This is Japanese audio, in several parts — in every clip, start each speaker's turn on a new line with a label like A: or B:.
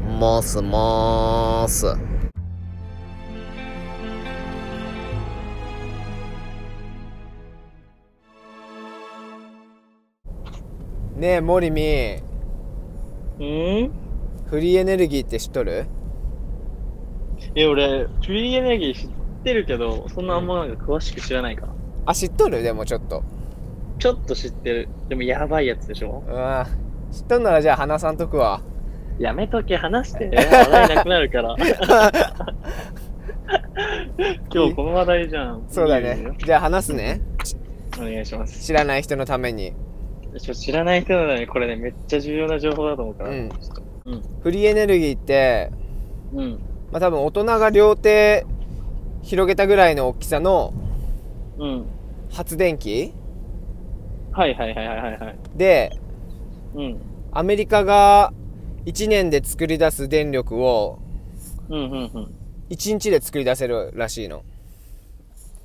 A: もーすもーす。ねえ、モリミー、
B: うん
A: フリーエネルギーって知っとる
B: え、俺、フリーエネルギー知ってるけど、そんなあんまなんか詳しく知らないから。
A: あ、知っとるでもちょっと。
B: ちょっと知ってる。でもやばいやつでしょ
A: うん。知っとんならじゃあ話さんとくわ。
B: やめとけ、話 して。話題なくなるから。今日この話題じゃん。
A: そうだ
B: いいよ
A: ね。じゃあ話すね。
B: お願いします。
A: 知らない人のために。
B: ちょ知らない人なのに、これね、めっちゃ重要な情報だと思うから。
A: うん
B: ちょっとうん。
A: フリーエネルギーって、
B: うん。
A: まあ多分大人が両手広げたぐらいの大きさの
B: うん。
A: 発電機
B: はいはいはいはいはいはい。
A: で、
B: うん。
A: アメリカが1年で作り出す電力を
B: うんうんうん。
A: 1日で作り出せるらしいの。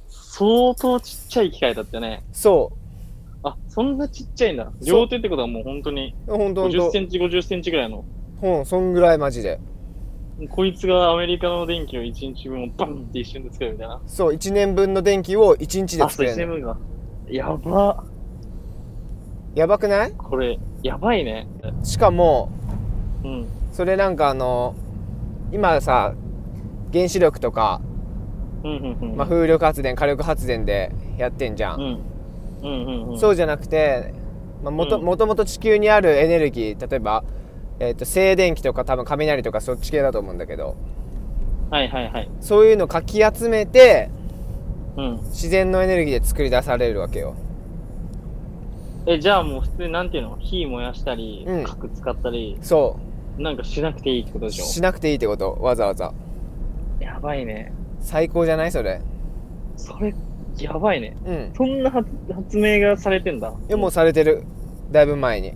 B: 相当ちっちゃい機械だったよね。
A: そ
B: あ、そんなちっちゃいんだ。両手ってことはもう本当に。
A: う。ほんとほん
B: 50
A: と
B: セ。ンチ、50センチぐらいの。
A: ほん、そんぐらいマジで。
B: こいつがアメリカの電気を1日分をバンって一瞬で作るみたいな。
A: そう、1年分の電気を1日で
B: あ、
A: 作
B: そう、
A: れ
B: 1
A: る
B: 年
A: の。
B: 分が。やば。
A: やばくない
B: これ、やばいね。
A: しかも、
B: うん。
A: それなんかあの、今さ、原子力とか、
B: うん、うん、うん。
A: まあ、風力発電、火力発電でやってんじゃ。
B: うんん。うん、うん、うん。
A: そうじゃなくて、まあ、もと
B: うん
A: もともと地球にあるエネルギー、例えば、えっ、と、静電気とか多分雷とかそっち系だと思うんだけど、
B: はいはいはい。
A: そういうのかき集めて、
B: うん。
A: 自然のエネルギーで作り出されるわけよ。
B: え、じゃあもう普通になんていうの火燃やしたり、
A: うん
B: 核使ったり、
A: そ
B: なんかしなくていいってこと
A: う。
B: でしょ
A: しなくていいってこと、わざわざ。
B: やばいね。
A: 最高じゃないそれ。
B: それ、やばいね。
A: うん。
B: そんな発発明がされてんだ。
A: でもうされてる。だいぶ前に。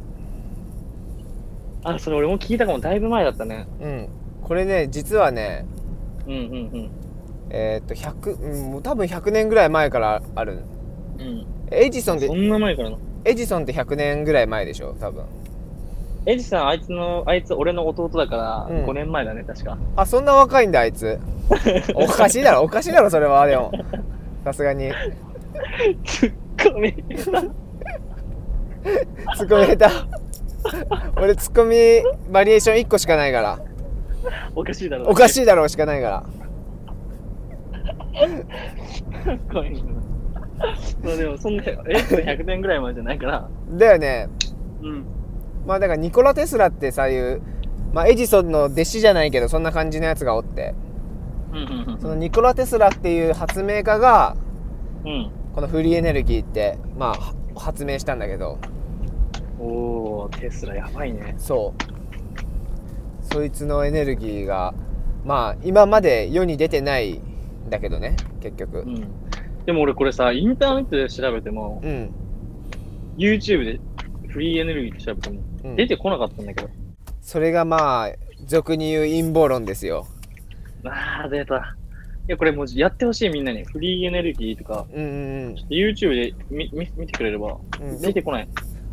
B: あ、それ俺も聞いたかも。だいぶ前だったね。
A: うん。これね、実はね、
B: うんうん
A: えっ、と、100、うん、もう多分100年ぐらい前からある。
B: うん。うん。
A: エジソンで
B: そ、んな前からな。
A: エジソンって100年ぐらい前でしょ多分。
B: エジさん、あいつの、あいつ俺の弟だから、
A: うん
B: 5年前だね、確か。
A: あ、そんな若いんだ、あい つ。おかしいだろ、おかしいだろ、それは、でも。さすがに。
B: ツッコミ。
A: ツッコミ下手。俺、ツッコミバリエーション1個しかないから。
B: おかしいだろ。
A: おかし
B: い。
A: いだろ、しかないから。
B: ツッコミ。 まあでも、そんな、エジさん100年ぐらい前じゃないから。
A: だよね。
B: うん。
A: まあ、だから、ニコラ・テスラってさ、いう、まあ、エジソンの弟子じゃないけど、そんな感じのやつがおって。
B: うんうん
A: そのニコラ・テスラっていう発明家が、
B: うん。うん。
A: このフリーエネルギーって、まあ、は発明したんだけど、
B: おー、テスラやばいね。
A: そう。そいつのエネルギーが、まあ、今まで世に出てないんだけどね、結局。
B: うん。でも俺これさ、インターネットで調べても、
A: うん、
B: YouTube でフリーエネルギーって調べても、
A: うん
B: 出てこなかったんだけど。
A: それがまあ俗に言う陰謀論ですよ
B: あー、出た。いや、これもうやってほしいみんなに。フリーエネルギーとか、
A: うんうんうん
B: YouTube で見見見てくれれば
A: うん、
B: 出てこない。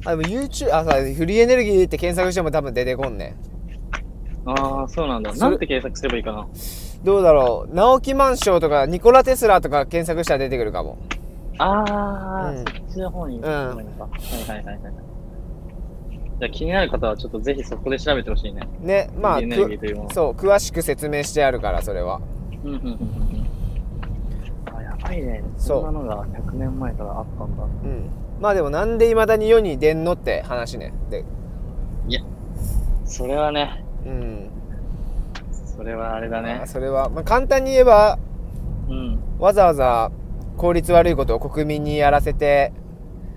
A: あでも YouTube あさフリーエネルギーって検索しても多分出てこんね
B: ああ、そうなんだ。
A: それ
B: なんて検索すればいいかな。
A: どうだろう直木マンションとかニコラ・テスラとか検索したら出てくるかも
B: ああ、
A: うん
B: そっちの方に行く
A: うん
B: のか。はいはいはいはい。じゃあ気になる方はちょっとぜひそこで調べてほしいね。
A: ねまあ
B: エネル
A: く
B: ギーというもの。
A: そう詳しく説明してあるからそれは
B: うんうんうんうんあやばいね。
A: そう
B: そんなのが100年前からあったんだ。
A: うんまあでもなんでいまだに世に出んのって話ねで
B: それはね、
A: うん、
B: それはあれだ
A: ま
B: ね
A: あ。それは、まあ、簡単に言えば
B: うん。
A: わざわざ効率悪いことを国民にやらせて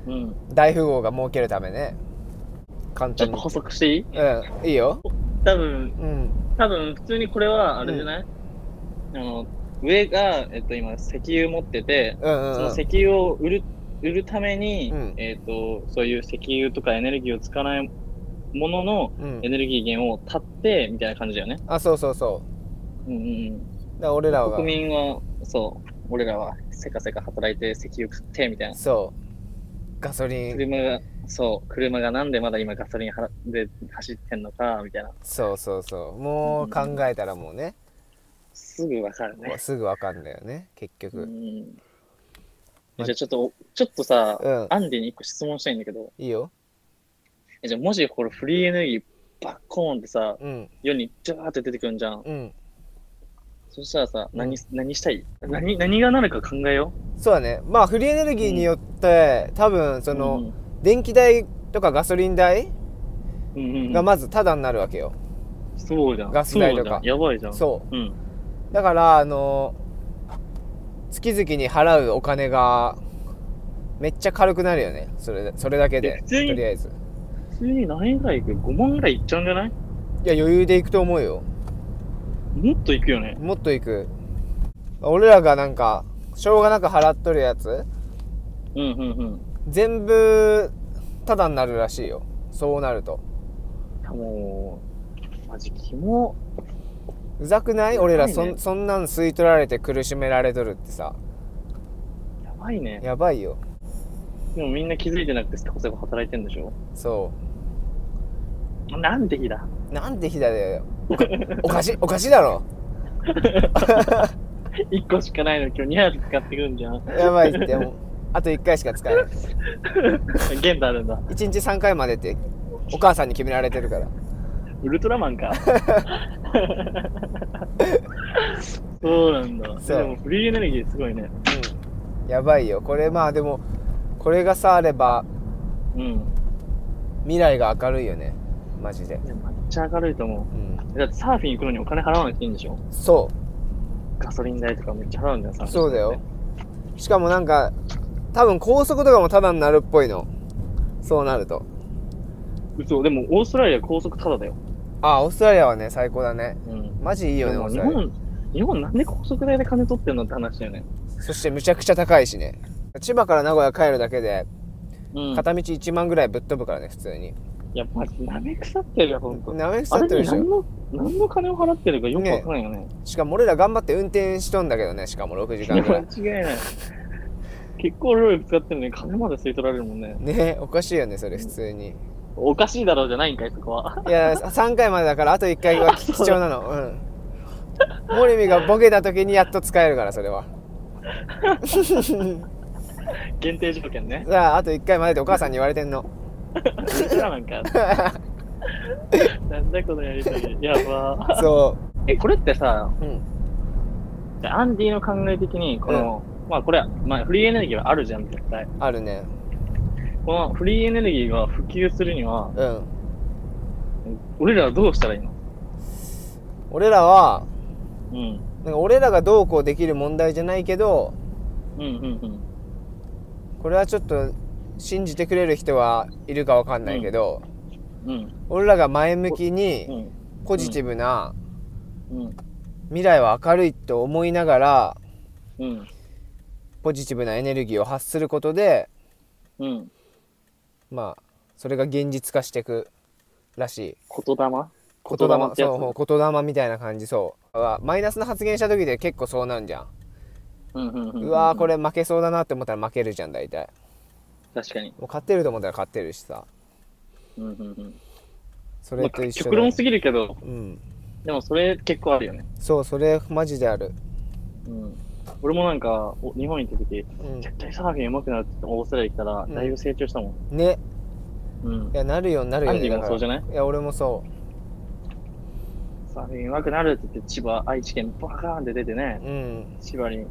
B: うん。
A: 大富豪が儲けるためね簡
B: ちょ
A: 単
B: っと
A: に
B: 補足していい
A: うんいいよ
B: 多分、
A: うん
B: 多分普通にこれはあれじゃない、あの、上が、えっと今、石油持ってて、
A: うんうん
B: そ
A: うん
B: の石油を売る売るために、
A: うん
B: えっとそういう石油とかエネルギーを使わないものの
A: うん
B: エネルギー源を断ってみたいな感じだよね。
A: あそうそうそう
B: うんうん
A: だから俺ら
B: うん、
A: が
B: 国民はそう俺らはせかせか働いて石油食ってみたいな。
A: そうガソリン
B: 車がそう、車がなんでまだ今ガソリンはで走ってんのか、みたいな。
A: そうそうそうもう考えたらもうね、
B: すぐわかる
A: もう
B: ね。
A: すぐわかんだよね結局、
B: うん。えじゃあちょっと、ちょっとさ、
A: うん
B: アンディに一個質問したいんだけど、
A: いいよ
B: えじゃあもしこれフリーエネルギーバッコーンってさ、
A: うん
B: 世にジャーって出てくるんじゃん。
A: うん
B: そしたらさ、
A: ん
B: 何、何したい何、何がなるか考えよ
A: そうだねまあフリーエネルギーによって、多分
B: う。
A: その、
B: うん
A: 電気代とかガソリン代
B: うんうん、
A: がまずタダになるわけよ、
B: そうじゃん。
A: ガス代とか
B: そうじゃんやばいじゃん。。
A: そう
B: うん。
A: うだからあの月々に払うお金がめっちゃ軽くなるよねそれそれだけ
B: い
A: で
B: や普
A: と
B: 通に
A: りあえず
B: 普通に何円ぐらい行く ?5 万ぐらいいっちゃうんじゃない
A: いや余裕でいくと思うよ
B: もっといくよね。
A: もっといく俺らがなんかしょうがなく払っとるやつ
B: うんうんうん。
A: 全部タダになるらしいよそうなると
B: いやもう、マジキモ。
A: うざくない俺らそ
B: やばい
A: ん
B: ね
A: そんなん吸い取られて苦しめられとるってさ
B: やばいね。
A: やばいよ
B: でもみんな気づいてなくてせこせこ働いてんでしょ
A: そ
B: なんでいいだ。
A: うなんて日だ よおかしいおかしいだろ
B: 1個しかないの今日2発使ってくるんじゃん。
A: やばいってもうあと1回しか使えない
B: 限度あるんだ。
A: 1日3回までってお母さんに決められてるから
B: ウルトラ マンか。そうなんだ。
A: そう
B: でもフリーエネルギーすごいね。
A: うんやばいよこれまあでもこれがさあれば
B: うん。
A: 未来が明るいよねマジで
B: いやめっちゃ明るいと思
A: うん
B: う。だってサーフィン行くのにお金払わなくていいんでしょ
A: そ
B: ガソリン代とかめっちゃ払うんだよ、サー
A: う
B: フィン
A: そうだよ。しかもなんか多分高速とかもタダになるっぽいのそうなると
B: 嘘、でもオーストラリア高速タダだよ。
A: あオーストラリアはね最高だね
B: うん。
A: マジいいよね
B: でも
A: オース
B: 日
A: トラリ
B: 本、日本なんで高速代で金取ってんのって話だよね。
A: アそしてむちゃくちゃ高いしね千葉から名古屋帰るだけで
B: うん。
A: 片道1万ぐらいぶっ飛ぶからね普通に
B: いや、マジ、舐め腐ってるよ、ほんと。
A: なめ腐
B: あ
A: ってる
B: れに
A: でしょ
B: 何の、何の金を払ってるかよくわからんよね。
A: しかも俺ら頑張って運転しとんだけどねしかも6時
B: いや
A: 間ぐ
B: 間
A: ら
B: 違
A: い
B: いない。結構労力使ってるのに金まで吸い取られるもんね。
A: ねおかしいよねそれ普通に
B: おかしいだろうじゃないんかい、そこは。
A: いや3回までだからあと1回は貴重なのうんモリミがボケた時にやっと使えるからそれは
B: 限定条件ね。
A: じゃああと1回までってお母さんに言われてん の
B: そ らなんか。なんだこのやりとり。やば。
A: そ
B: え、これってさ、
A: う、うん、
B: アンディの考え的に、この、まあこれは、まあフリーエネルギーはあるじゃん、絶対。
A: あるね
B: このフリーエネルギーが普及するには、
A: うん
B: 俺らはどうしたらいいの
A: 俺らは
B: うん。
A: なんか俺らがどうこうできる問題じゃないけど
B: うんうんうん。
A: これはちょっと信じてくれる人はいるかわかんないけど、
B: うん。
A: 俺らが前向き
B: う
A: に
B: ん。
A: ポジティブな
B: うん。
A: 未来は明るいと思いながら
B: うん。
A: ポジティブなエネルギーを発することで
B: うん。
A: まあそれが現実化していくらしい
B: 言霊言霊ってや
A: そう
B: つ。
A: 言霊みたいな感じそうあマイナスな発言した時で結構そうなんじゃん
B: うんうんうん。
A: うわーこ。れ負けそうだなって思ったら負けるじゃん大体
B: 確かに。
A: もう勝ってると思ったら勝ってるしさ
B: うんうんうん。
A: そ
B: まあ
A: れと一緒
B: 極論す
A: ぎ
B: ぎるけど、
A: うん
B: でもそれ結構あるよね。
A: そうそれマジである、
B: うん。俺もなんか、お日本に行った時、
A: う
B: 絶対サーフィン上手くなるって言ってオーストラリア来たら、
A: ん
B: だいぶ成長したもん。
A: ん、ね
B: うん
A: い。やなるようになるよ
B: ア
A: ね
B: ンディ
A: だ
B: も
A: から
B: そうじゃない
A: いや俺もそ
B: サーフィン上手くなるって言って、千葉、愛知県バカーンって出てね
A: う、うん
B: 千葉に、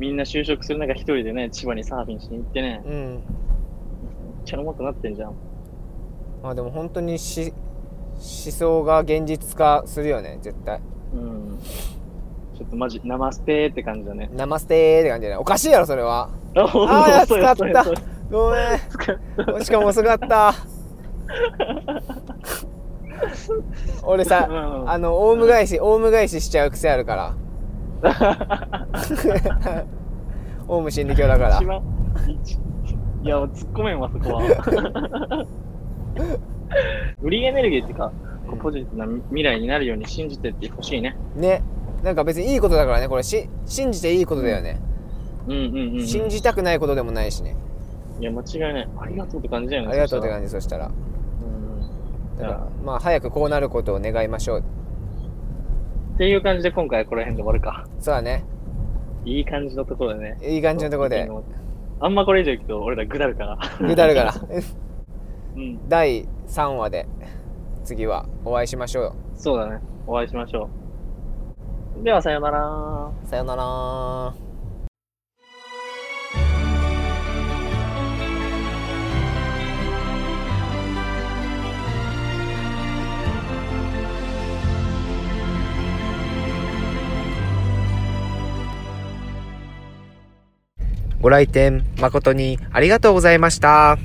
B: みんな就職する中一人でね、千葉にサーフィンしに行ってね、
A: うん
B: めっちゃ上手くなってんじゃん。
A: まあでも本当にし思想が現実化するよね絶対
B: うん。ちょっとマジ、ナマステーって感じだね。
A: 「ナマステー」って感じじゃないおかしいやろそれは
B: あ、
A: ああ
B: 遅
A: 使
B: い
A: っ
B: 遅い遅い
A: たご めんしかも遅かった俺
B: う
A: さ
B: ん
A: あのオウム返しオウム返ししちゃう癖あるから オウム真理教だから
B: 一番、一いや、突っ込めんわ、そこ は。フリーエネルギーってか、こうポジティブな未来になるように信じてってほしいね。
A: ねなんか別にいいことだからねこれし信じていいことだよね、
B: うんうんうんうん。
A: 信じたくないことでもないしね
B: いや、間違いない。ありがとうって感じだよね。
A: ありがとうって
B: じ。
A: 感じそしたら
B: うん。
A: だ
B: じ
A: か
B: ゃあ
A: ら、まあ早くこうなることを願いましょう
B: っていう感じで今回はこの辺で終わるか。
A: そうだね
B: いい感じのところでね。
A: いい感じのところで
B: あんまこれ以上行くと俺らぐだるから。
A: ぐだるから
B: うん。
A: 第3話で次はお会いしましょ
B: そうだね。お会いしましょう。では、さようなら。
A: うさよならご来店誠にありがとうございました。